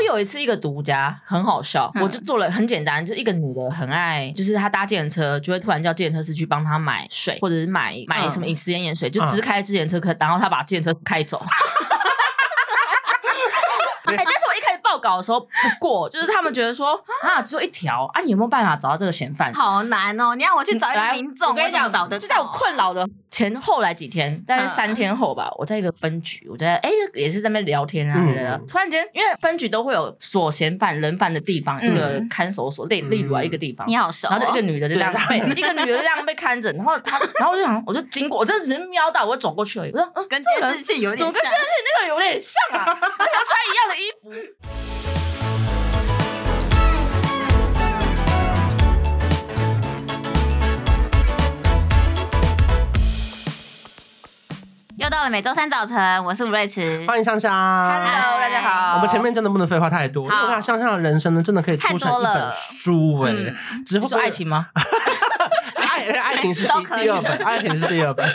有一次一个独家很好笑，嗯我就做了很简单，就一个女的很爱，就是她搭计程车就会突然叫计程车司机帮她买水，或者是买买嗯什么饮食盐盐水，就只是开计程车，可然后她把计程车开走。哎、但是我一开始报告的时候不过，就是他们觉得说啊，只有一条啊，你有没有办法找到这个嫌犯？ 好难哦！你让我去找一个来民众，我跟你怎么讲，找的啊就在我困扰的前后来几天，大嗯概三天后吧，我在一个分局，我在哎、也是在那边聊天啊，嗯聊突然间，因为分局都会有锁嫌犯、人犯的地方，嗯一个看守所，例例如啊一嗯个地方。你好熟、哦，然后就一个女的就这样被 一个女的就这样被看着，然后她，然后我就想，我就经过，我真的只是瞄到，我就走过去而已。我说，嗯，跟这个监人视器有怎点么跟像电。视那个有点像啊？而且穿一样啊的衣服。又到了每周三早晨，我是吴瑞慈。欢迎香香。 Hello，大家好。我们前面真的不能废话太多，因为我好看香香的人生呢，真的可以太出成多一本了嗯书哎、之你后说爱，情吗？ 爱爱情是都第可以第二本，爱情是第二 本，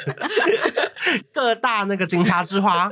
各大那个警察之花。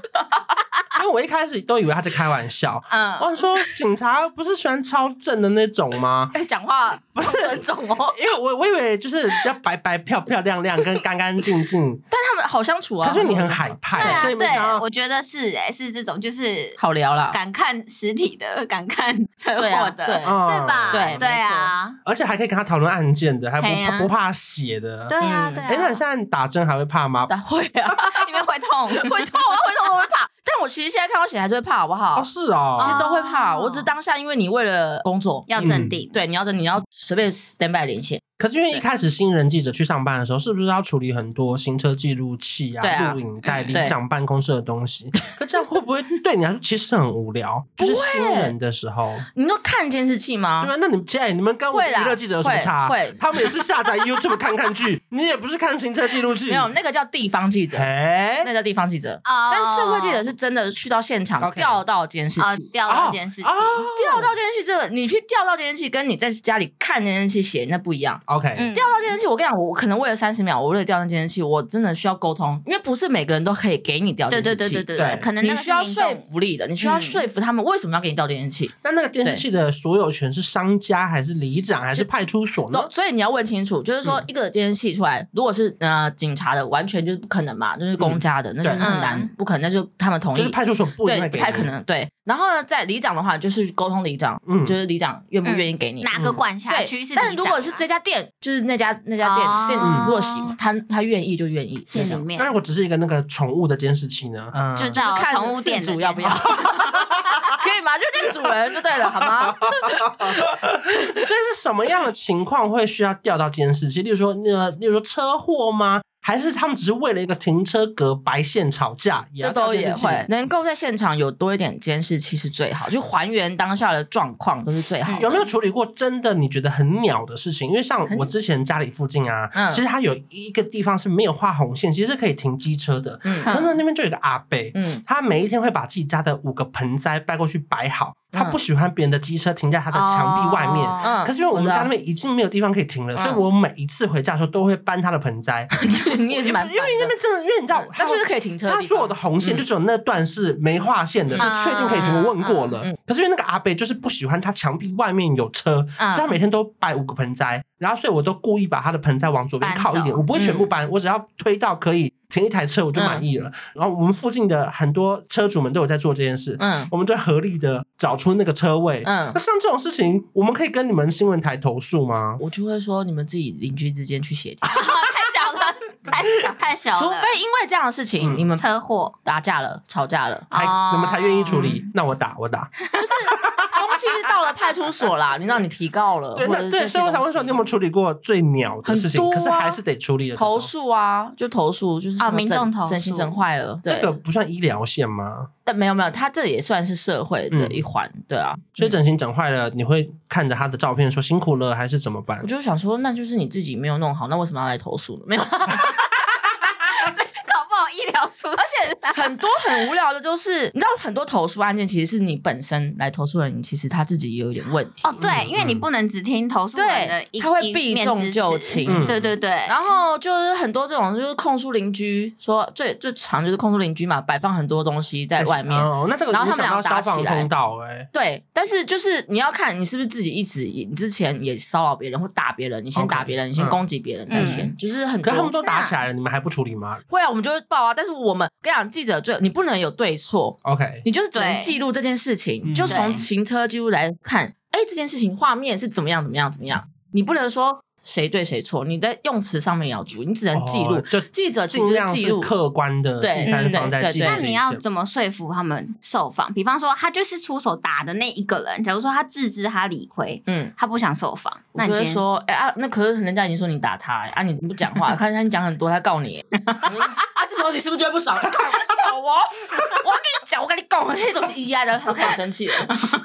因为我一开始都以为他在开玩笑，嗯，我想说警察不是喜欢超正的那种吗？哎，讲话不是很重哦， 因为我我以为就是要白白漂漂亮亮跟干干净 净，但他们好相处啊。可是你很海派，对所以啊，没想对，到我觉得是哎、是这种就是好聊啦。敢看实体的，敢看车对啊祸的，对嗯吧？对对啊，而且还可以跟他讨论案件的，还不嘿怕啊不怕血的。对啊，嗯对啊。哎，那你现在打针还会怕吗？但会 啊， 因为会痛，会痛啊，会痛我会怕。但我其实现在看到血还是会怕，好不好哦，？是哦，其实都会怕。哦我只是当下，因为你为了工作，要镇嗯定。对，你要你要随便 stand by 连线，可是因为一开始新人记者去上班的时候，是不是要处理很多行车记录器对啊、啊录影带、嗯里对长办公室的东西？ 可这样会不会对你来说其实很无聊？就是新人的时候，你都看监视器吗对？啊，那你们亲爱的你们跟我们会啦娱乐记者有什么会差会？他们也是 下载 YouTube 看看剧，你也不是看行车记录器，没有，那个叫地方记者，哎那，叫地方记者。哦但社会记者是真的去到现场 OK 调到监视哦器，掉了这件事情哦。调到监视器这个，你去调到监视器，跟你在家里看监视器写那不一样。 OK，嗯，调到监视器，我跟你讲，我可能为了三十秒，我为了调到监视器，我真的需要沟通，因为不是每个人都可以给你调监对视器。对对对对对可能那你个是需要民说众服力的，你需要嗯说服他们为什么要给你调监视器。那那个监视器的所有权是商家还是里长还是派出所呢都？所以你要问清楚，就是说嗯一个监视器出来，如果是呃警察的，完全就是不可能嘛，就是公家的，那就是很难嗯，不可能，那就他们同就是意，派出所不一对定会，不给，太可。能。对，然后呢，在里长的话，就是沟通里长，嗯就是里长愿不愿意给你。哪个管辖对区是里长啊？但是如果是这家店，就是那家那家店哦，店主若喜欢，他他愿意就愿意，就店这里样。面那，如果只是一个那个宠物的监视器呢？嗯，就在看哦宠物店事的主要不要？ 这样可以吗？就店主人就对了，好吗？这嗯是什么样的情况会需要调到监视器？例如说，呃，例如说车祸吗？还是他们只是为了一个停车格白线吵架？也这要调都监也视器会，能够在现场有多一点监视器是最好，就还原当下的状况都是最嗯好的。嗯有没有处理过真的你觉得很鸟的事情？因为像我之前家里附近啊，嗯其实它有一个地方是没有画红线，其实是可以停机车的。嗯可是那边就有一个阿伯，嗯，他每一天会把自己家的五个盆栽搬过去摆好，他嗯不喜欢别人的机车停在他的墙壁外面。哦嗯，可是因为我们知家道那边已经没有地方可以停了，所以嗯我每一次回家的时候都会搬他的盆 栽，你也是蛮嗯因为那边真的，因为你知道，但是可以停车他地方，嗯所有的红线就只有那段是没划线的，是嗯确定可以停。我问过嗯嗯了嗯，可是因为那个阿伯就是不喜欢他墙壁外面有车，嗯嗯所以他每天都摆五个盆栽，然后所以我都故意把他的盆栽往左边靠一搬点，走我不会全部嗯搬，我只要推到可以停一台车我就满意了。然后我们附近的很多车主们都有在做这件事，嗯我们都合力的找出那个车位。嗯啊那，像这种事情，我们可以跟你们新闻台投诉吗？我就会说你们自己邻居之间去协调， 太小了，太小，太小了。除非因为这样的事情嗯你们车祸，打架了、吵架了，才哦你们才愿意处理？那我打我打。就是东西到了派出所啦，你让你提告了，对，或者那是对，这些所以我想问东西说，你有没有处理过最鸟的事情？很多可啊是还是得处理的这种投。诉啊？就投诉，就是啊什么民整众投诉整形整坏了，这对，嗯个不算医疗线吗？但没有没有，他这也算是社会嗯的一环，对啊，所以整形整坏了，你会看着他的照片说辛苦了，还是怎么办我？就想说，那就是你自己没有弄好，那为什么要来投诉呢？没有，而搞不好医疗疏，而且很多很无聊的，就是你知道很多投诉案件其实是你本身来投诉人，其实他自己也有一点问题，哦，对，因为你不能只听投诉人的一，嗯对，他会一避面重之就词轻。嗯对对对，然后就是很多这种，就是控诉邻居，说最最常就是控诉邻居嘛，摆放很多东西在外面。哦，那这个然后影他们响到俩打消起来防通道哎，对，但是就是你要看你是不是自己一直，你之前也骚扰别人或打别人，你先 OK，打别人，你先嗯攻击别人在先，就是很可多是他们都打起来了，你们还不处理吗会啊，我们就会报啊。但是我们跟你讲，记者最你不能有对错， ？OK，你就是只能对记录这件事情，嗯你就从对行车记录来看，哎，这件事情画面是怎么样怎么样怎么样，你不能说谁对谁错，你在用词上面也要注意，你只能记录。哦就记者其实尽量记是录，客观的对第三嗯方在对记录对那这一你切要怎么说服他们受访？比方说，他就是出手打的那一个人，假如说他自知他理亏，嗯。他不想受访，我那你就今会天说，哎、啊，那可是人家已经说你打他、哎啊，你不讲话，看他你讲很多，他告你、哎啊，这时候你是不是就会不爽？告我，我要跟你讲，我跟你讲，那东西一样的，他可生气了，是不是？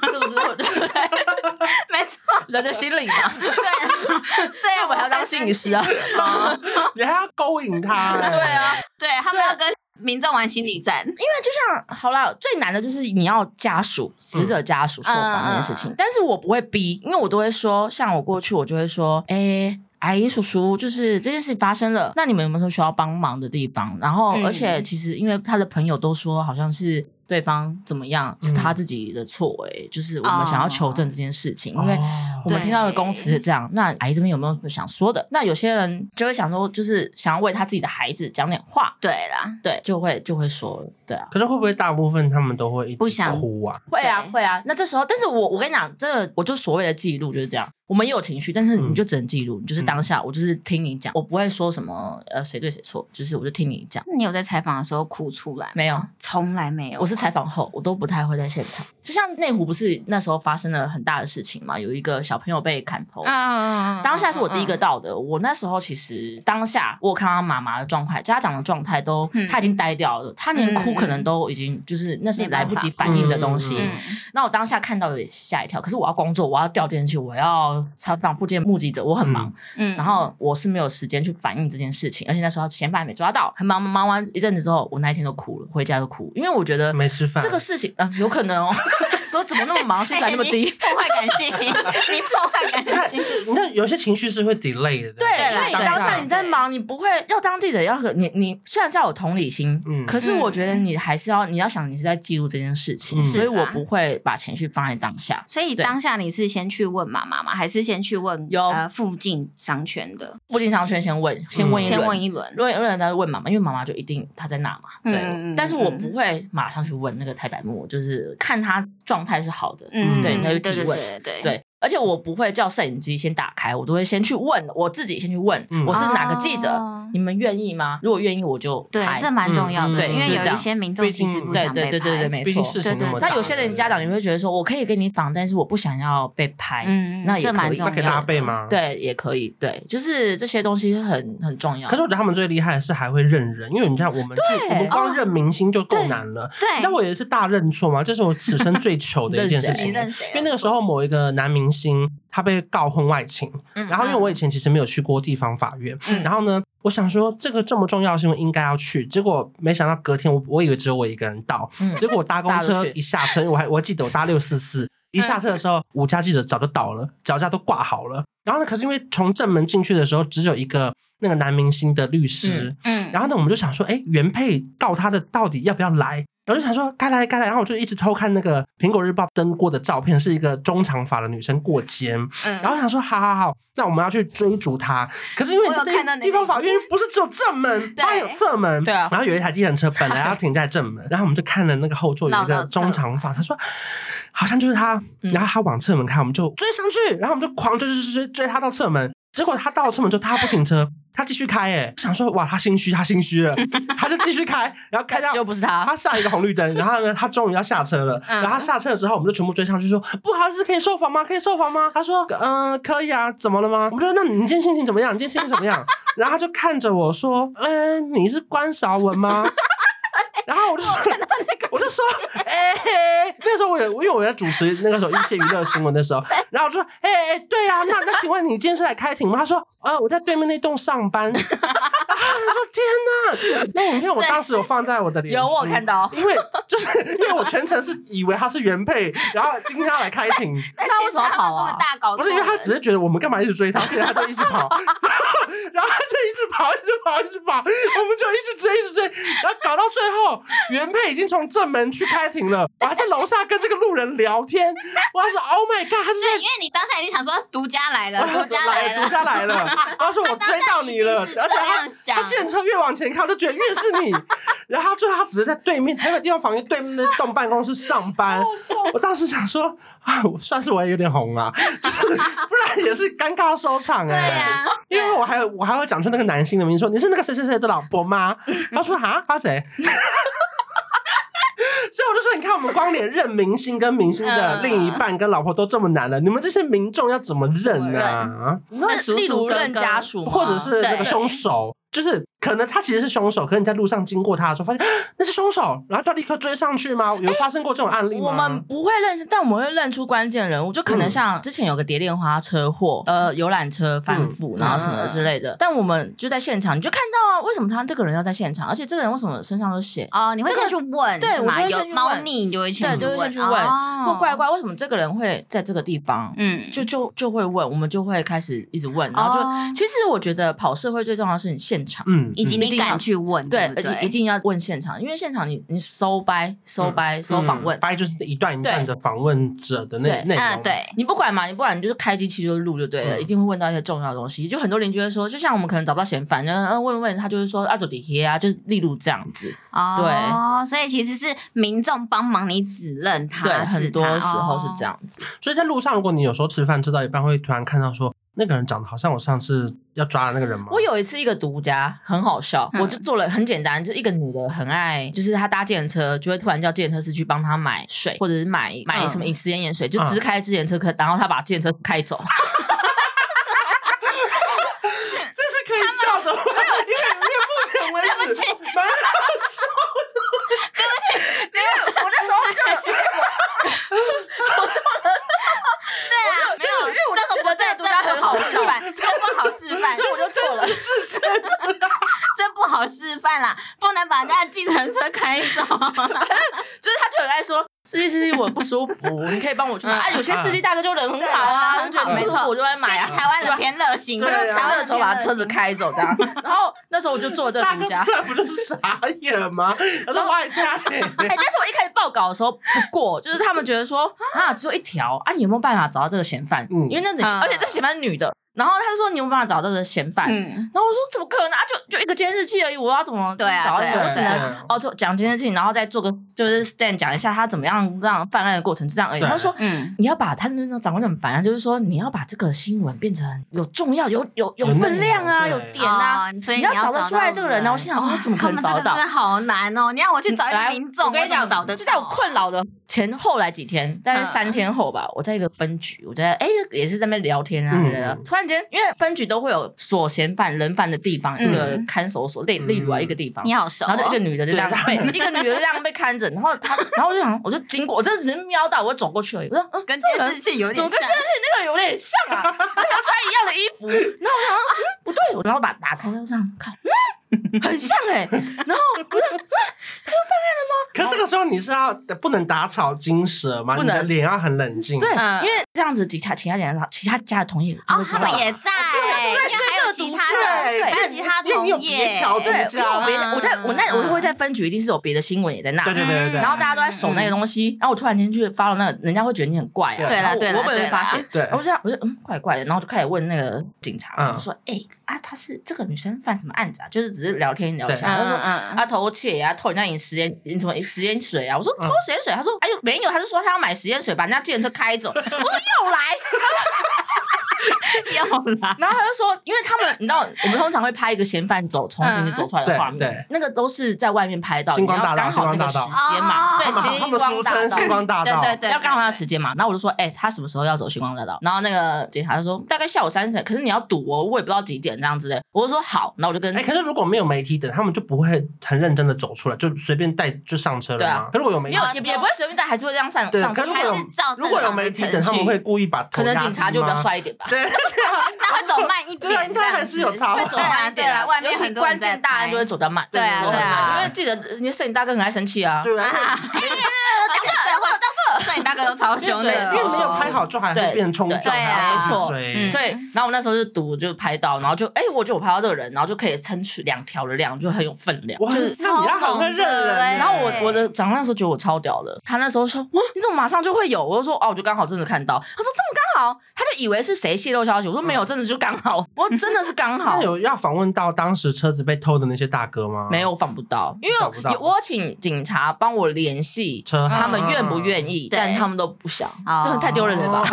对不对？ 没错，人的心理 嘛，对，啊 对那啊我还要当心理师啊， 你还要勾引他、欸，对啊，对他们要跟民众玩心理战，因为就像好啦，最难的就是你要家属、死者家属受访这件事情，但是我不会逼，因为我都会说，像我过去我就会说，哎、阿姨叔叔，就是这件事情发生了，那你们有没有说需要帮忙的地方？然后，嗯而且其实因为他的朋友都说好像是对方怎么样，是他嗯自己的错，哎，就是我们想要求证这件事情，因为哦我们听到的公词是这样，那阿姨这边有没有想说的？那有些人就会想说，就是想要为他自己的孩子讲点话，对啦，对，就会就会说，对啊，可是会不会大部分他们都会一不直想哭啊？会啊对会啊。那这时候，但是我我跟你讲，真的，我就所谓的记录就是这样，我们也有情绪，但是嗯你就只能记录，你就是当下，我就是听你讲，我不会说什么呃谁对谁错，就是我就听你讲。那你有在采访的时候哭出来吗？没有，从来没有。我是采访后，我都不太会在现场。就像内湖不是那时候发生了很大的事情嘛，有一个小朋友被砍头，嗯，嗯嗯，当下是我第一个到到，的。我那时候其实当下我有看到他妈妈的状态，家长的状态都嗯他已经呆掉了，他连哭嗯可能都已经就是那是没来办不法及反应的东嗯西嗯。嗯，那我当下看到也吓一跳，可是我要工作，我要调进去，我要采访附近的目击者，我很忙，嗯然后我是没有时间去反应这件事情，而且那时候嫌犯还没抓到，很忙忙忙完一阵子之后，我那一天都哭了，回家都哭，因为我觉得没吃饭，这个事情，嗯、有可能哦， 说怎么那么忙，薪水还那么哎低你， 破坏感性，你破坏那 感性，那有些情绪是会 delay 的，对，对因啦为你对当下啦你在对忙，你不会要当记者，要和你你虽然是要有同理心，嗯可是我觉得你还是要你要想你是在记录这件事情，嗯所以是的啊我不会把情绪放在当下。所以对当下你是先去问妈妈吗？还是先去问有呃附近商圈的？附近商圈先问，先嗯问一先轮，问一轮，如果有人在问妈妈，因为妈妈就一定她在那嘛，对。嗯嗯嗯但是我不会马上去问那个太白木，就是看她状态是好的，嗯，对，嗯那就对提对问，对对对对。而且我不会叫摄影机先打开，我都会先去问我自己，先去问、嗯我是哪个记者，哦你们愿意吗？如果愿意，我就对，拍。这蛮重要嗯的，对因为就有这一样些民众毕其实竟不对想对被对对对，拍，没毕竟错。事情那么大，那有些人家长也会觉得说，我可以给你访，但是我不想要被拍，嗯，那也这蛮可以重那要的，可以搭配吗？。对，也可以，对，就是这些东西很很重要。可是我觉得他们最厉害的是还会认人，因为你看我们就对哦我们光哦认明星就够难了。对，但我也是大认错嘛，这是我此生最糗的一件事认谁情。你认谁啊了？因为那个时候某一个男明星他被告婚外情，嗯然后因为我以前其实没有去过地方法院，嗯然后呢，我想说这个这么重要的新闻应该要去，结果没想到隔天我我以为只有我一个人到，嗯结果我搭公大家车都去一下车，因为我还我还记得我搭六四四，一下车的时候五家记者早就到了，脚架都挂好了，然后呢，可是因为从正门进去的时候只有一个那个男明星的律师。嗯，然后呢，我们就想说，哎，原配告他的到底要不要来？然后就想说该来该来，然后我就一直偷看那个《苹果日报》登过的照片，是一个中长发的女生过肩，嗯然后想说好好好，那我们要去追逐她。可是因为我有地看到那地方个法院不是只有正门，对它有侧门，对啊然后有一台计程车本来要停在正门，然后我们就看了那个后座有一绕个到侧中长发，他说好像就是他，嗯然后他往侧门开，我们就追上去，然后我们就狂追追追追追他到侧门，结果他到了侧门之后，他不停车，他继续开、欸，哎，想说哇，他心虚，他心虚了，他就继续开，然后开到就不是他，他下一个红绿灯，然后呢，他终于要下车了。嗯然后他下车了之后，我们就全部追上去说：“不好意思，可以受访吗？可以受访吗？”他说：“嗯、可以啊，怎么了吗？”我们就说：“那你今天心情怎么样？你今天心情怎么样？” 然后他就看着我说：“嗯、你是关韶文吗？”然后我就说，我就说，哎、嘿，那时候我也，我因为我在主持那个时候一些娱乐新闻的时候，然后我就说，哎、哎、对啊，那那请问你今天是来开庭吗？他说，呃，我在对面那栋上班。然后 说天哪！那影片我当时有放在我的脸，有我看，哦到，因为就是因为我全程是以为他是原配，然后今天要来开 庭，那他为什么要跑啊他们？大搞错不人，是因为他只是觉得我们干嘛一直追他，所以他就一直 跑，然后他就一直跑，一直跑，一直跑，我们就一直追，一直追，然后搞到最后，原配已经从正门去开庭了，我还在楼下跟这个路人聊天，我还说 Oh my God，他就对，在因为你当下一定想说独家来了，独家来独了，家来了，然 后说我追到你了，他而当且下一定是这样想他他见车越往前看，我就觉得越是 你，然后最后他只是在对面那个地方房间对面那栋办公室上 班，我当时想说啊，我算是我也有点红 啊，就是不然也是尴尬收场对啊哎、呀，因为我还有我还会讲出那个男性的名字，说你是那个谁谁谁的老婆 吗？他说啊，他 谁？所以我就说，你看我们光连认明星跟明星的另一半跟老婆都这么难了，你们这些民众要怎么认啊？那那叔例叔如哥认家哥，属吗，或者是那个对凶手，就是可能他其实是凶手，可能你在路上经过他的时候发现啊那是凶手，然后就要立刻追上去吗？有发生过这种案例吗？哎我嗯们不会认识，但我们会认出关键人物，就可能像之前有个蝶恋花车祸，呃，游览车翻覆，嗯然后什么之类的。但我们就在现场，你就看到啊，为什么他这个人要在现场，而且这个人为什么身上都血？啊哦，你会这个先去问，对是吗我就会有先去猫问腻，你就会去对，就会先去问，哦或怪怪，为什么这个人会在这个地方？嗯，就就就会问，我们就会开始一直问，然后就、哦其实我觉得跑社会最重要的是你现场，嗯，以及一你定要敢去问，对，不而且一定要问现场，因为现场你你搜掰搜嗯掰搜说访问，掰嗯就是一段一段对的访问者的内对内嗯容，对，你不管嘛，你不管，你就是开机器就录就对了，嗯一定会问到一些重要的东西。就很多邻居会说，就像我们可能找不到嫌犯，然后问问他就是说啊，走底贴啊，就是例如这样子。哦，所以其实是民众帮忙你指认他，对，啊是他很多时候是这。哦样子。所以在路上，如果你有时候吃饭吃到一半，会突然看到说那个人长得好像我上次要抓的那个人吗？我有一次一个独家很好笑，嗯我就做了很简单，就一个女的很爱，就是她搭电车就会突然叫电车司机帮她买水，或者是买买嗯什么饮食盐盐水，就只开自行车可，然后她把电车开走。这是可以笑的吗？ 因为因为目前为 止，对不起蛮我那时候就对啊，没有，因为我就这个觉不得对，这个独家这很不好好示笑范，这不好示 范，所以我就做了。这不好示范啦，不能把人家的计程车开走。就是他就很爱说司机司机我不舒服，你可以帮我去买。嗯啊，有些司机大哥就人很好啊，嗯他就觉得不舒服我就会买啊。台湾人偏热心，他就台强湾的人时候把车子开走这样。 然后那时候我就做了这个 大独哥家出。来不就是傻眼吗？他说外加哎、但是我一开始报告的时候不过，就是他们觉得说啊，只有一条啊，你有没有办法找到这个嫌犯？嗯因为那里，嗯而且这嫌犯是女的，然后他就说你有没有办法找到这个嫌犯？嗯，然后我说怎么可能啊？就就一个监视器而已，我要怎么对啊找到对你？啊我只对啊能哦，就讲监视器，然后再做个就是 stand 讲一下他怎么样让犯案的过程，就这样而已。对他说嗯，你要把他那种长官就很烦啊，就是说你要把这个新闻变成有重要、有有有有内容分量啊、对有点啊。哦，所以你要要找得出来到这个人啊然后我心想说哦怎么可能他们找得到这个真的好难哦，你要我去 找一个来民众，我跟你怎讲，么找的，嗯就在我困扰的前后来几天，大概三天后吧，我在一个分局，我在哎也是在那边聊天啊，嗯对啊突然间，因为分局都会有所嫌犯、人犯的地方，嗯一个看守所，例例如啊嗯一个地方，你好熟哦，然后就一个女的就这样 被一个女的就这样被看着，然后她，然后我就想，我就经过，我真的只是瞄到，我就走过去而已。我说，嗯，跟这个监人视器有怎点么跟像真。是那个有点像啊？他想穿一样的衣服，然后我想说，嗯，不对，我然后把它打开，就这样看，嗯，很像哎、然后我就可这个时候你是要呃不能打草惊蛇吗？不你能的脸要很冷静。对，嗯因为这样子其他其他人其他家的同业就哦会，知他道们。也在，因为还有其他对的，还有其他因为同你有别业，条对，件因为我别的嗯我在我那嗯我会在分局，一定是有别的新闻也在那，对对对对对然后大家都在守那个东西，然后我突然间去发了那个，人家会觉得你很怪啊，对然后啦对啦我我本对人啦发现，对然后我就想我就嗯怪怪的，然后就开始问那个警察，嗯我就说哎啊，她是这个女生犯什么案子啊？就是只是聊天聊一对下，他说哎嗯他偷窃呀、啊偷人家饮食盐饮什么食盐水啊？我说嗯偷食盐水，他说哎呦没有，他是说他要买食盐水，把人家计程车开走。 我说又来，又来，然后他就说，因为他们你知道，我们通常会拍一个嫌犯走从警局走出来的画嗯对面对，那个都是在外面拍到，星光你要大道刚好那个时星光间嘛，大对，道他们星他们光俗大称道。星光大对道，对对，要刚好那个时间嘛，然后我就说，哎、他什么时候要走星光大道？然后那个警察就说，大概下午三点，可是你要堵我，我也不知道几点这样子的。我就说好，那我就跟哎，可是如果没有媒体等，他们就不会很认真的走出来，就随便带就上车了对吗啊？可如果有媒没体有，，也也不会随便带，还是会这样上对，上可车是如还果是有还是照正常的如果有媒体程等，序他们会故意把头可能压警察低就比较吗帅一点吧。啊对，那会走慢一点对啊，应该还是有差吧会走慢一对点啊。啊，外面尤很其多人关在键大人就会走得慢，对啊走得对啊慢因为记得你的摄影大哥很爱生气啊， 对啊，哎摄影大哥都超凶的，因为没有拍好就还会变冲撞，对对还要啊继续没错追嗯所以，然后我那时候就赌，就拍到，然后就哎、我觉得我拍到这个人，然后就可以争取两条的量，就很有分量。哇，就是，那你要很会认人欸。然后我我的长那时候觉得我超屌的，他那时候说哇，你怎么马上就会有？我就说哦，我就刚好真的看到。他说这么刚好，他就以为是谁泄露消息。我说没有，真的就刚好，我说真的是刚好嗯那。有要访问到当时车子被偷的那些大哥吗？没有访不到，因为嗯找不到有我有请警察帮我联系车行，他们愿不愿意，嗯对但他们都不想哦，真的太丢人了吧？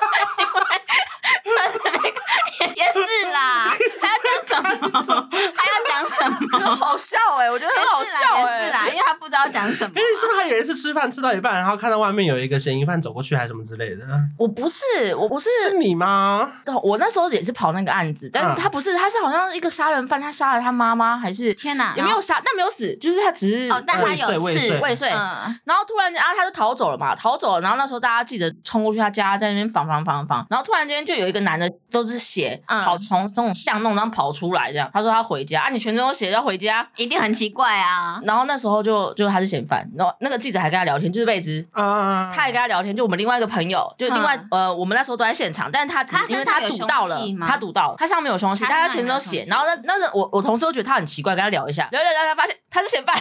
也是啦，还要讲什么？还要讲什 么？好笑哎、我觉得很好笑哎、也是啦，因为他不知道讲什么哎，。你是不是还有一次吃饭吃到一半，然后看到外面有一个嫌疑犯走过去，还是什么之类的？我不是，我不是，是你吗？我那时候也是跑那个案子，但嗯是他不是，他是好像一个杀人犯，他杀了他妈妈还是天哪，有没有杀？但没有死，就是他只是哦，但他呃有未刺遂未遂嗯然后突然间啊，他就逃走了嘛，逃走了。然后那时候大家记者冲过去他家，在那边防防防防。然后突然间就有一个男的都是血，嗯跑从从那种巷弄当跑出来这样。他说他回家啊，你全身都血要回家。一定很奇怪啊。然后那时候就就他是嫌犯，然后那个记者还跟他聊天，就是贝兹。啊，他也跟他聊天，就我们另外一个朋友，就另外、嗯呃，我们那时候都在现场，但是他只他身上因为他有赌凶到了器吗，他赌到了，他上面有凶器，他但他全身上身有都凶血。器然后那那时候我我同事都觉得他很奇怪，跟他聊一下，聊聊聊，他发现他是嫌犯，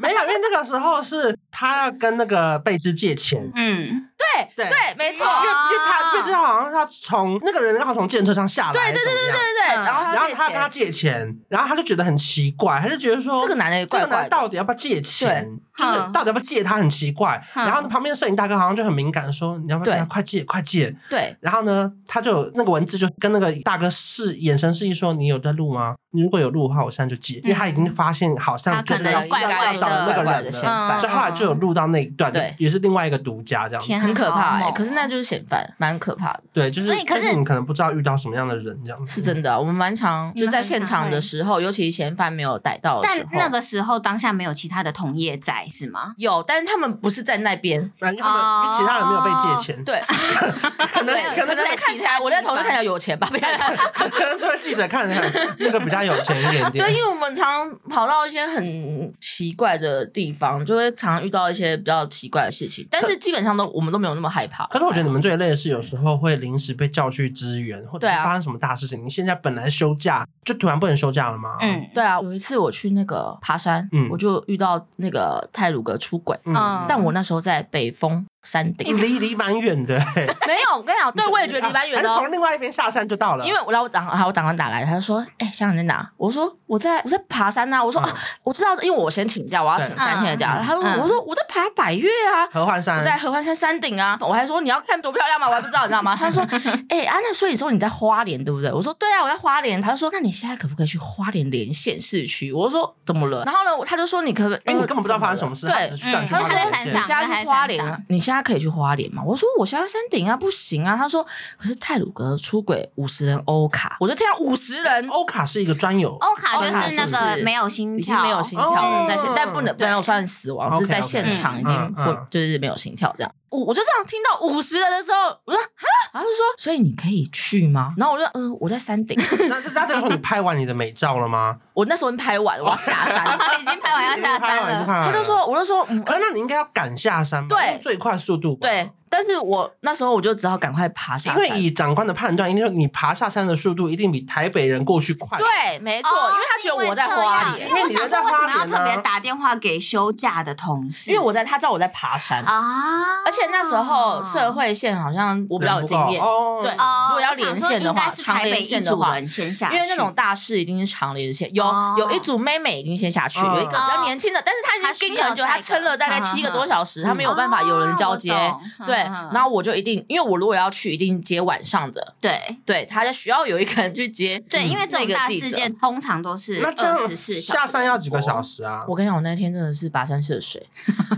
没有，因为那个时候是他要跟那个贝兹借钱，哦因为嗯，对对对，没错，哦因为他贝兹好像是要从那个人刚好从建车上下来，对对对对对。对，嗯然后然后借他跟钱他借钱，然后他就觉得很奇怪，他就觉得说哦这个男的也这怪个男怪的的，到底要不要借钱？就是嗯到底要不要借他很奇怪。嗯然后旁边的摄影大哥好像就很敏感，说你要不要借他？对快借，快借！对，然后呢，他就有那个文字就跟那个大哥示眼神示意说：“你有在录吗？你如果有录的话，我现在就嗯借。”因为他已经发现好像就可是能要应怪该怪要就的找那怪个怪的嗯人嫌了，犯所以。后来就有录到那一段对，也是另外一个独家这样子。天啊很可怕、好欸，猛可是那就是嫌犯，蛮可怕的，对，就是所以可是但你可能不知道遇到什么样的人这样子。是真的啊、我们蛮常你们就在很欸现常场会的时候，尤其嫌犯没有逮到的时但候，那个时候当下没有其他的同业在是吗？有，但是他们不是在那边，那因为他哦们因为其他人没有被借钱，对，可能对可可能能在看其起他来我在地同事看方起来有钱吧， 可能这位记者看了那个比较有钱一点对，因点。为我们常跑到一些很奇怪的地方，就会常遇到一些比较奇怪的事情，但是基本上都我们都没有那么害怕。可是我觉得你们最累的是，有时候会临时被叫去支援，或者对是啊发生什么大事情。你现在本来休假，就突然不能休假了吗？嗯，对啊，有一次我去那个爬山，嗯我就遇到那个泰鲁格出轨，嗯但我那时候在北峰山顶，离离蛮远的、欸， 没有，我跟你讲，对我也觉得离蛮远的还是哦从。另外一边下山就到了。因为我然后我长还有长官打来，他就说：“哎、香你在哪？”我说：“我在我在爬山呐、我说、嗯啊：“我知道，因为我先请假，我要请对三天的假。嗯他说：“嗯我说我在爬百越啊。”合欢山我在合欢山山顶啊，我还说你要看多漂亮吗？我还不知道，你知道吗？ 他说，哎、啊，那所以说你在花莲对不对？我说对啊，我在花莲。他就说，那你现在可不可以去花莲连线市区？我说怎么了？然后呢，他就说你可不可以，因为你根本不知道发生什么事，他对只，是去转嗯他圈而就已说他在山你上现在去花莲他在山啊上，你现在可以去花莲吗？我说我现在山顶啊，不行啊。他说可是泰鲁格出轨五十人欧卡，我就听到五十人欧卡是一个专有，欧卡就是那欧卡个就是没有心已经跳，没有心跳了，哦在现但不能对没有算死亡， OK，就是在现场 OK，已经嗯昏嗯就是没有心跳这样。我我就这样听到五十人的时候，我说啊，然后就说，所以你可以去吗？然后我就嗯、我在山顶， 那那这个时候你拍完你的美照了吗？我那时候已经拍完，我要下山。 他已经拍完要下拍山完了。他他就说，，我就说嗯，可是那你应该要赶下山嘛，对用最快速度吧对。，但是我那时候我就只好赶快爬下因山，为以长官的判断，一定说你爬下山的速度一定比台北人过去快。对，没错，哦因为他觉得我在花莲因，为我想说为什么要特因为你在花别莲啊打电话给休假的同事？因为我在他知道我在爬山，啊，而且那时候社会线好像我比较有人不经够验，哦。对哦，如果要连线的话我想说应该是台北一组人先下去，因为那种大事一定是长连线，有、哦有一组妹妹已经先下去，嗯有一个比较年轻的，但是她她已经需盯要很久，再一她个撑了大概嗯七个嗯多小时，她没有办法有人交接。哦，我懂对，嗯嗯然后我就一定，因为我如果要去，一定接晚上的，对对，她就需要有一个人去接。对，因为这那种个大记事者件通常都是那这样二十四小时下山要几个小时啊？我跟你讲，我那天真的是跋山涉水。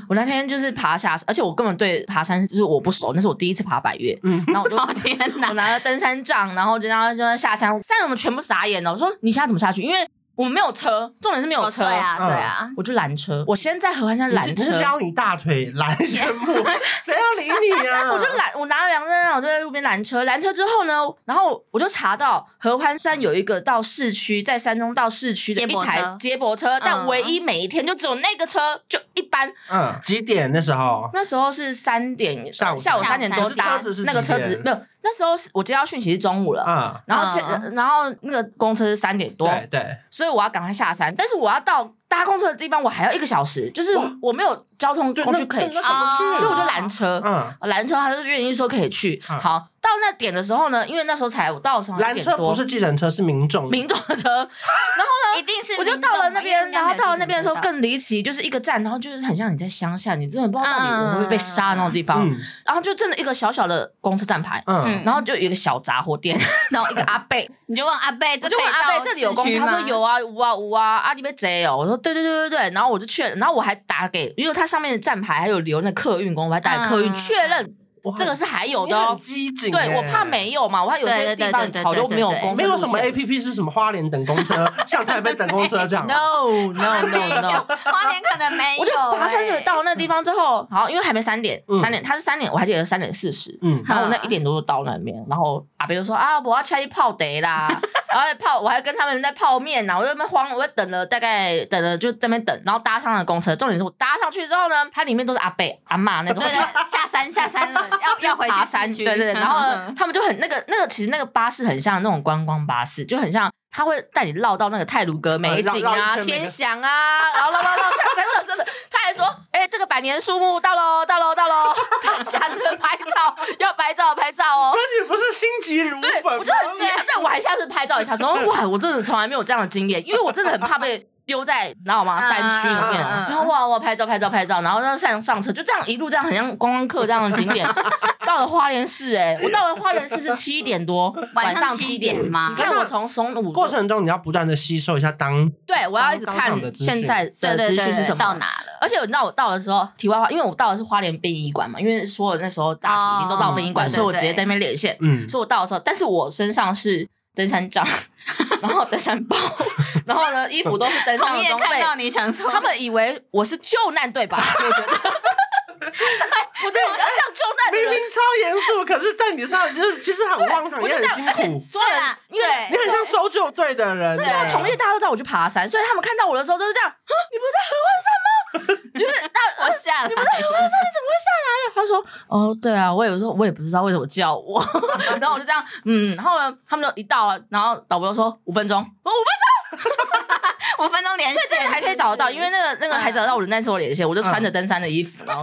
我那天就是爬下，而且我根本对爬山就是我不熟，那是我第一次爬百越。嗯然后我就哦天我哪！拿了登山杖，然后就让他就在下山，但我们全部傻眼了。我说你现在怎么下去？因为我们没有车，重点是没有哦车对啊，对啊，我就拦车，我先在合欢山你拦是你车是，撩你大腿拦人 木，谁要理你啊？我就拦，我拿了两张，我就在路边拦车。拦车之后呢，然后我就查到合欢山有一个到市区，在山中到市区的接一驳台车接驳车，但嗯唯一每一天就只有那个车，就一班。嗯，几点那时候？那时候是三点，下午下午下午三点三多点搭可是车子是那个几车子点，没有。那时候是我接到讯息是中午了。嗯，然后现，嗯然后那个公车是三点多，对对，所以我要赶快下山。但是我要到搭公车的地方，我还要一个小时，就是哇我没有交通对，工那具可以那去，那怎么去？啊所以我就拦车。呃嗯，拦车，他就愿意说可以去。嗯好，到那点的时候呢，因为那时候才我到的时候好像拦一点车多不是计程车，是民众。嗯民众的车， 一定是我就民众到了那嘛因为边，人家然后没有到了自那边的时己候知道更离奇，就是一个站，然后就是很像你在乡下，你真的不知道到底嗯我会不会被杀的那种地方。嗯然后就真的一个小小的公车站牌，嗯，然后就有一个小杂货店， 然后一个阿贝，你就问阿贝，我就问阿贝这里有公车，他说有啊，啊，无啊，无啊，啊你被贼哦。我说对对对对对，然后我就确认，然后我还打给，因为它上面的站牌还有留那客运工，我还打给客运嗯确认哇这个是还有你的哦很。机警欸，对，我怕没有嘛，我怕有些对对对地方对对早就对没有对公车没路线，有什么 A P P 是什么花莲等公 车，像台北等公车这 样啊。 No no 没 no 有 no，花莲可能没有，我就爬山水欸，到那地方之后，好，因为还没三点嗯，三点他是三点，我还记得三点四十。嗯，然后我那一点多就到那边，然后阿伯就说啊，我要下去泡茶啦，然后还泡，我还跟他们在泡面呢，我在那边慌，我在等了大概等了就在那边等，然后搭上了公车，重点是我搭上去之后呢，它里面都是阿伯阿嬷那种哦对。对，下山下山了， 要要回去爬市山，区嗯对对对，然后呢，他们就很那个那个，其实那个巴士很像那种观光巴士，就很像他会带你绕到那个泰鲁阁美景绕绕一啊、圈每个天祥啊，然后绕绕绕下，真的真的，他还说，哎、这个百年树木到喽，到喽，到喽，他下车拍照，要拍照拍照哦。那你不是心急如对，焚我吗就？很惊讶，但我还下次拍照一下， 说哇，我真的从来没有这样的经验，因为我真的很怕被丢在你知道吗嗯山区里面，嗯嗯嗯然后哇哇拍照拍照拍照，然后让上上车，就这样一路这样，很像观光客这样的景点。到了花莲市、哎，我到了花莲市是七点多，晚晚上上七七点点。你吗？看我从松武过程中你要不断的吸收一下当对我要一直刚看刚的资讯现在对的对资对讯是对什么到。哪了？而且你知道我到的时候，题外话，因为我到的是花莲殡仪馆嘛，因为说了那时候大哦比已经都到殡仪馆，对对所以我直接对在那边连线。嗯所以我到的时候，但是我身上是登山杖，然后登山包，然后呢衣服都是登山同的业装看备到，你想说，他们以为我是救难队吧？我觉得，我真的比较像救难的明人明。超严肃，可是在你身上就是其实很荒唐，我也就这很样辛，而且苦。所有人因对为对你很像搜救队的人欸，那时候同业大家都知道我去爬山，所以他们看到我的时候都是这样：啊，你不是在合欢山吗？我下 合 来，欢山你怎么会下来了？他说：哦，对啊，我有时候我也不知道为什么叫我。然后我就这样，嗯，然后呢，他们就一到啊，然后导播就说五分钟，我五分钟。五分钟连所以这线个还可以找得到，因为那个那个还嗯找得到我的那次我连线，我就穿着登山的衣服，然 后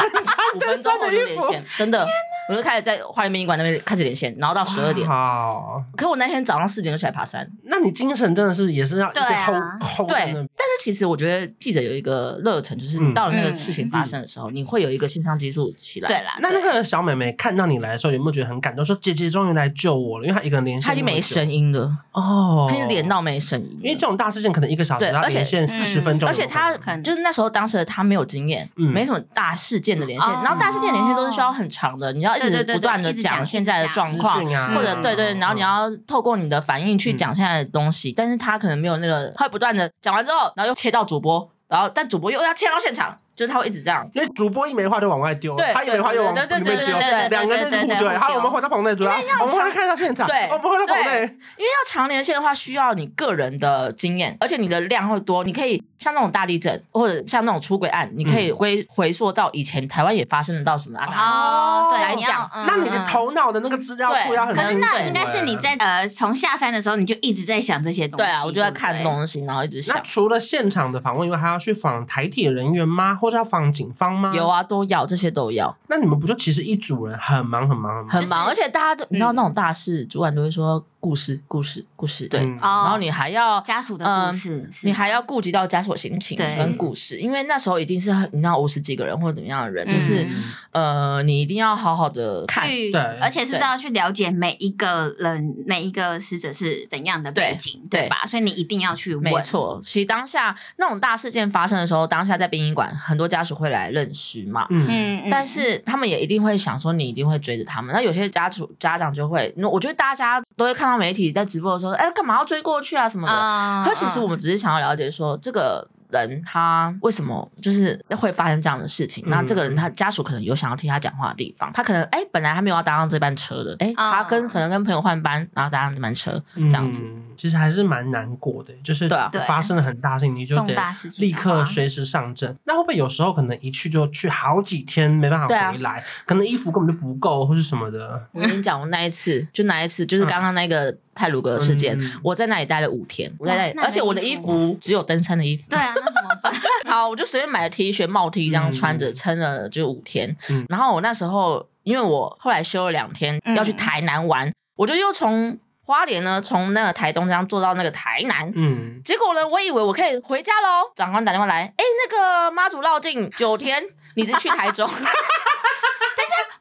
五分钟后就连线，真的，我就开始在花莲殡仪馆那边开始连线，然后到十二点。好，可我那天早上四点就起来爬山，哦那你精神真的是也是要一直对啊 hold hold 对。啊在但那是其实我觉得记者有一个热忱，就是嗯你到了那个事情发生的时候，你会有一个肾上激素起来。对，啦，那那对个小妹妹看到你来的时候，有没有觉得很感动？说姐姐终于来救我了，因为她一个人连线他已经没声声音了，哦，他已经连，到没声音了。因为这种大事件可能一个小时对要而且嗯连线四十分钟而有且可能，他可能就是那时候当时的他没有经验，嗯没什么大事件的连线，嗯然后大事件连线都是需要很长的，你要一对直对对不断的对一直讲现在的状资况，讯啊，或者嗯对对，然后你。嗯嗯要透过你的反应去讲现在的东西，但是他可能没有那个，他会不断的讲完之后，然后又切到主播，然后但主播又要切到现场，就是他会一直这样。因为主播一枚话就往外丢，对他一枚话就往对对旁对对边丢对对，两个人就互对对怼。对好，对我们回到棚内，主要啊我们回来看一下现场，对我们回到对棚内，因为要长连线的话，需要你个人的经验，而且你的量会多。你可以像那种大地震，或者像那种出轨案，你可以回回溯到以前台湾也发生得到什么案。哦，来对，你讲要那你嗯的。嗯头脑的那个资料库对要很可清是楚。那应该是你哎在呃从下山的时候，你就一直在想这些东西。对啊，我就在看懂。东西，然后一直想那。除了现场的访问以外，还要去访台铁人员吗？或者要访警方吗？有。啊，都要，这些都要，那你们不就其实一组人很忙很忙很忙？很忙，就而且大家都你知道嗯那种大事，主管都会说故事，故事，故事，对，啊嗯哦然后你还要家属的嗯故事，是你还要顾及到家属的心情对跟故事，因为那时候已经是很你知道五十几个人或者怎么样的人，就是嗯呃，你一定要好好的看。去对，而且是不是要去了解每一个人、每一个死者是怎样的背对景，对对吧？所以你一定要去问。没错，其实当下那种大事件发生的时候，当下在殡仪馆，很多家属会来认尸嘛。嗯，嗯，嗯，但是他们也一定会想说，你一定会追着他们。那有些家属家长就会，那我觉得大家都会看到到媒体在直播的时候，哎，干嘛要追过去啊什么的。啊可其实我们只是想要了解说，这个人他为什么就是会发生这样的事情？嗯那这个人他家属可能有想要听他讲话的地方，他可能哎、本来他没有要搭上这班车的，哎、他跟、嗯可能跟朋友换班，然后搭上这班车这样子。嗯其实还是蛮难过的，就是对啊发生了很大事情，你就重得大事情立的话刻随时上阵。那会不会有时候可能一去就去好几天，没办法对啊回来，可能衣服根本就不够或是什么的？我跟你讲，我那一次就那一次，就是刚刚那个泰鲁格的事件，嗯我在那里待了五天，我在那里，那你的而且我的衣衣服服只有登山的衣服。对啊，那怎么办？好，我就随便买了 T 恤、帽 T 这样嗯穿着，撑了就五天。嗯然后我那时候，因为我后来休了两天，嗯要去台南玩，我就又从花莲呢，从那个台东这样坐到那个台南。嗯，结果呢，我以为我可以回家喽。长官打电话来，哎，那个妈祖绕境九天，你是去台 中？啊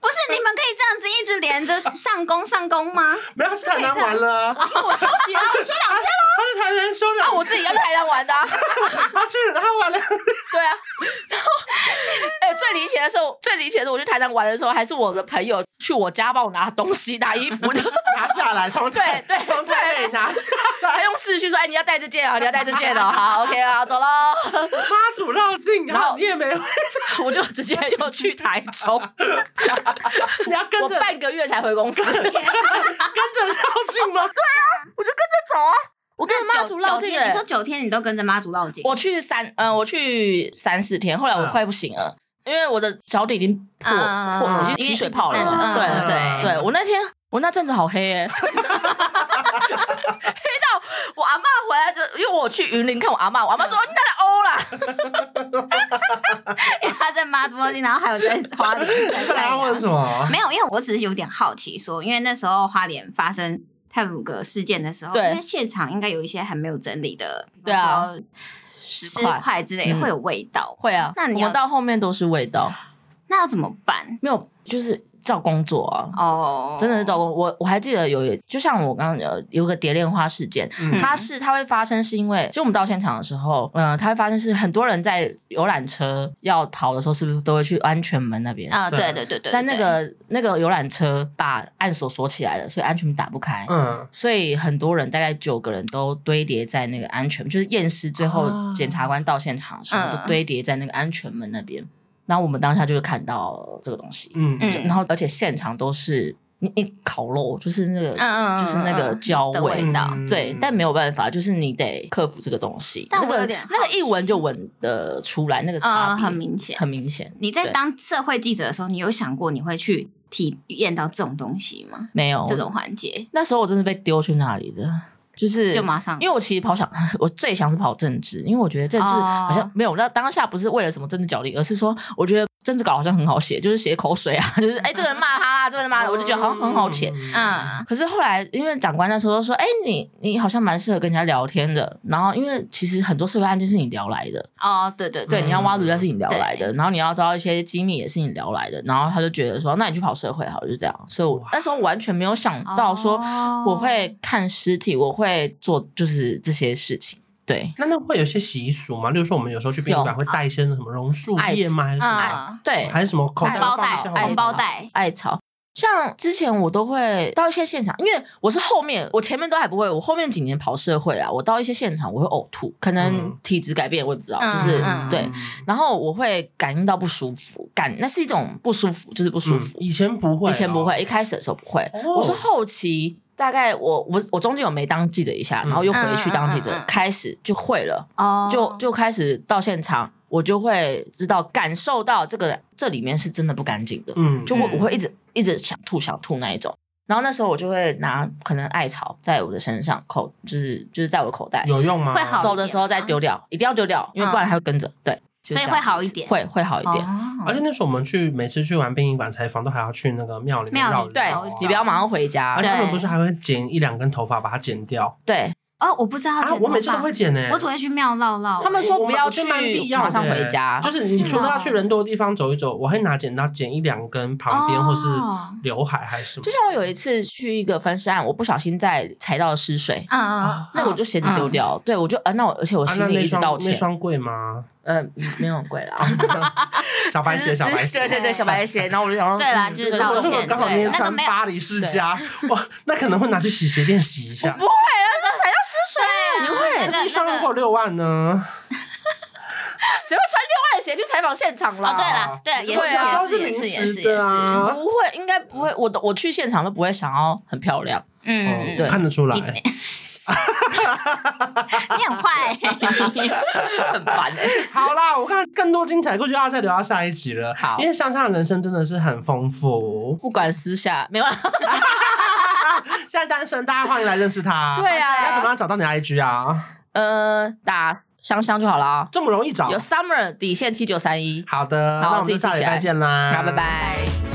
不是你们可以这样子一直连着上工上工 吗？没有他去台南玩了啊，他我休息啊，我休两天， 去台南休那两，我自己要去台南玩的、啊。他去他玩了，对啊，然后，哎、最离奇的时候，最离奇的是我去台南玩的时候，还是我的朋友去我家帮我拿东西、拿衣 服的，拿下来，从台对对从台北拿下来，还用视讯说：“哎，你要带这件哦，你要带这件哦，好，OK 啊，走喽。妈祖绕境，然然后后你也没 回， 我就直接又去台中，你要跟我着半个月才回公司，我就啊跟着跟着绕境 吗？走啊，我跟着妈九祖绕九境、天，你说欸。九天你都跟着妈祖绕境，我去三，嗯、我去三四天，后来我快不行了。因为我的脚底已经破、嗯破，已嗯经起水泡了。嗯嗯对嗯对对，我那天我那阵子好黑哎、欸， 黑到我阿妈回来就，因为我去云林看我阿妈，我阿妈说、哦你哪里欧啦，因 为他在妈祖绕境，然后还有在花莲晒你本来太要问阳。什么？没有，因为我只是有点好奇说，因为那时候花莲发生泰鲁格事件的时候，对因为现场应该有一些还没有整理的，比对啊方说石尸块之类嗯会有味道，会啊，那你我要们到后面都是味道，那要怎么办？没有，就是照工作啊，哦，真的是照工。我我还记得有，就像我刚刚有有个蝶恋花事件，嗯它是它会发生是因为，就我们到现场的时候，嗯、它会发生是很多人在游览车要逃的时候，是不是都会去安全门那边？啊，对对对对对，但那对个那个游览车把暗锁锁起来了，所以安全门打不开。嗯，所以很多人，大概九个人都堆叠在那个安全，就是验尸最啊后检察官到现场的时候，嗯都堆叠在那个安全门那边。然后我们当下就会看到这个东西，嗯嗯就然后而且现场都是你你烤肉，就是那个、嗯嗯，嗯就是那个嗯嗯焦的味味道，嗯对，但没有办法，就是你得克服这个东西。但那我个有点那好个一闻就闻得出来，那个差嗯，别、很明显。很明显。你在对当社会记者的时候，你有想过你会去体验到这种东西吗？没有这种环节那时候我真的被丢去那里的，就是就马上因为我其实跑想， 我最想是跑政治，因为我觉得政治哦好像、没有。那当下不是为了什么政治角力，而是说我觉得政治稿好像很好写，就是写口水啊， 就是哎、这个人骂他啦，这个人骂他，我就觉得好像很好写。嗯，可是后来，因为长官那时候都说：“哎、你你好像蛮适合跟人家聊天的。”然后，因为其实很多社会案件是你聊来的，哦，对对对，嗯你要挖毒家是你聊来的，然后你要知道一些机密也是你聊来的。然后他就觉得说：“那你去跑社会好了。”就这样。所以我那时候完全没有想到说哦我会看尸体，我会做就是这些事情。对，那那会有些习俗吗？例如说，我们有时候去殡仪馆有会带一些什么榕树叶吗？还是什么？嗯，对，还是什么口红袋包放一袋，些爱红包袋，爱潮。像之前我都会到一些现场，因为我是后面，我前面都还不会，我后面几年跑社会啊，我到一些现场我会呕吐，可能嗯体质改变我也不知道，嗯就是、嗯对，然后我会感应到不舒服，感那是一种不舒服，就是不舒嗯服。以前不会，以啊前不会，，一开始的时候不会，哦我是后期大概我我我中间有没当记者一下，嗯然后又回去当记者，嗯嗯嗯嗯开始就会了，哦，就就开始到现场，我就会知道感受到这个这里面是真的不干净的，嗯，就我我嗯会一直一直想吐想吐那一种。然后那时候我就会拿可能艾草在我的身上口，就是就是在我口袋，嗯有用吗？会好啊走的时候再丢掉，一定要丢掉，因为不然它会跟着。对，就是嗯所以这样会好子一点会会好一点。哦而且那时候我们去，每次去完殡仪馆采访，都还要去那个庙里面庙里绕一对绕啊走一走你不要马上回家而且，他们对不是还会剪一两根头发把它剪掉，对，哦，我不知道要啊，剪我每次头都发，会剪呢、我只会去庙唠唠。他们说我不要我觉得去蛮必要的欸马上回家就是你是除了要哦去人多的地方走一走，我会拿剪刀剪一两根旁边、哦或是刘海还是什么。就像我有一次去一个分尸案，我不小心在踩到了湿水。嗯嗯啊嗯，那我就鞋子丢掉，对我就呃，那我而且我啊，心那里那一直双道那歉，双贵吗？呃，没有很贵 啦，小白鞋，小白鞋。 对对对，小白鞋。然后我就想说， 对啦嗯就是这个道我歉如果刚好那天对哎那穿个没有巴黎世家，哇，那可能会拿去洗鞋店洗一下不。会啊，那踩到湿水，啊你 会那个一双如那果个。六万呢？谁会穿六万的鞋去采访现场啦？哦，对了，对了，也对啊是，也有时候是，是也临是，时也是，也的是，啊不会，应该不会。我的我去现场都不会想要很漂亮， 嗯，哦对看得出来你。 你很坏， 很烦哎。好啦，我看更多精彩故事要再留到下一集了。好因为香香的人生真的是很丰富。不管私下没有啦，啊现在单身，大家欢迎来认识他。 对要怎啊，么样找到你的 IG 啊？呃，打香香就好啦。这么容易找有？Summer 底线七九三一，好好的，那我们自己就下记礼起拜来见啦，好，拜拜。拜。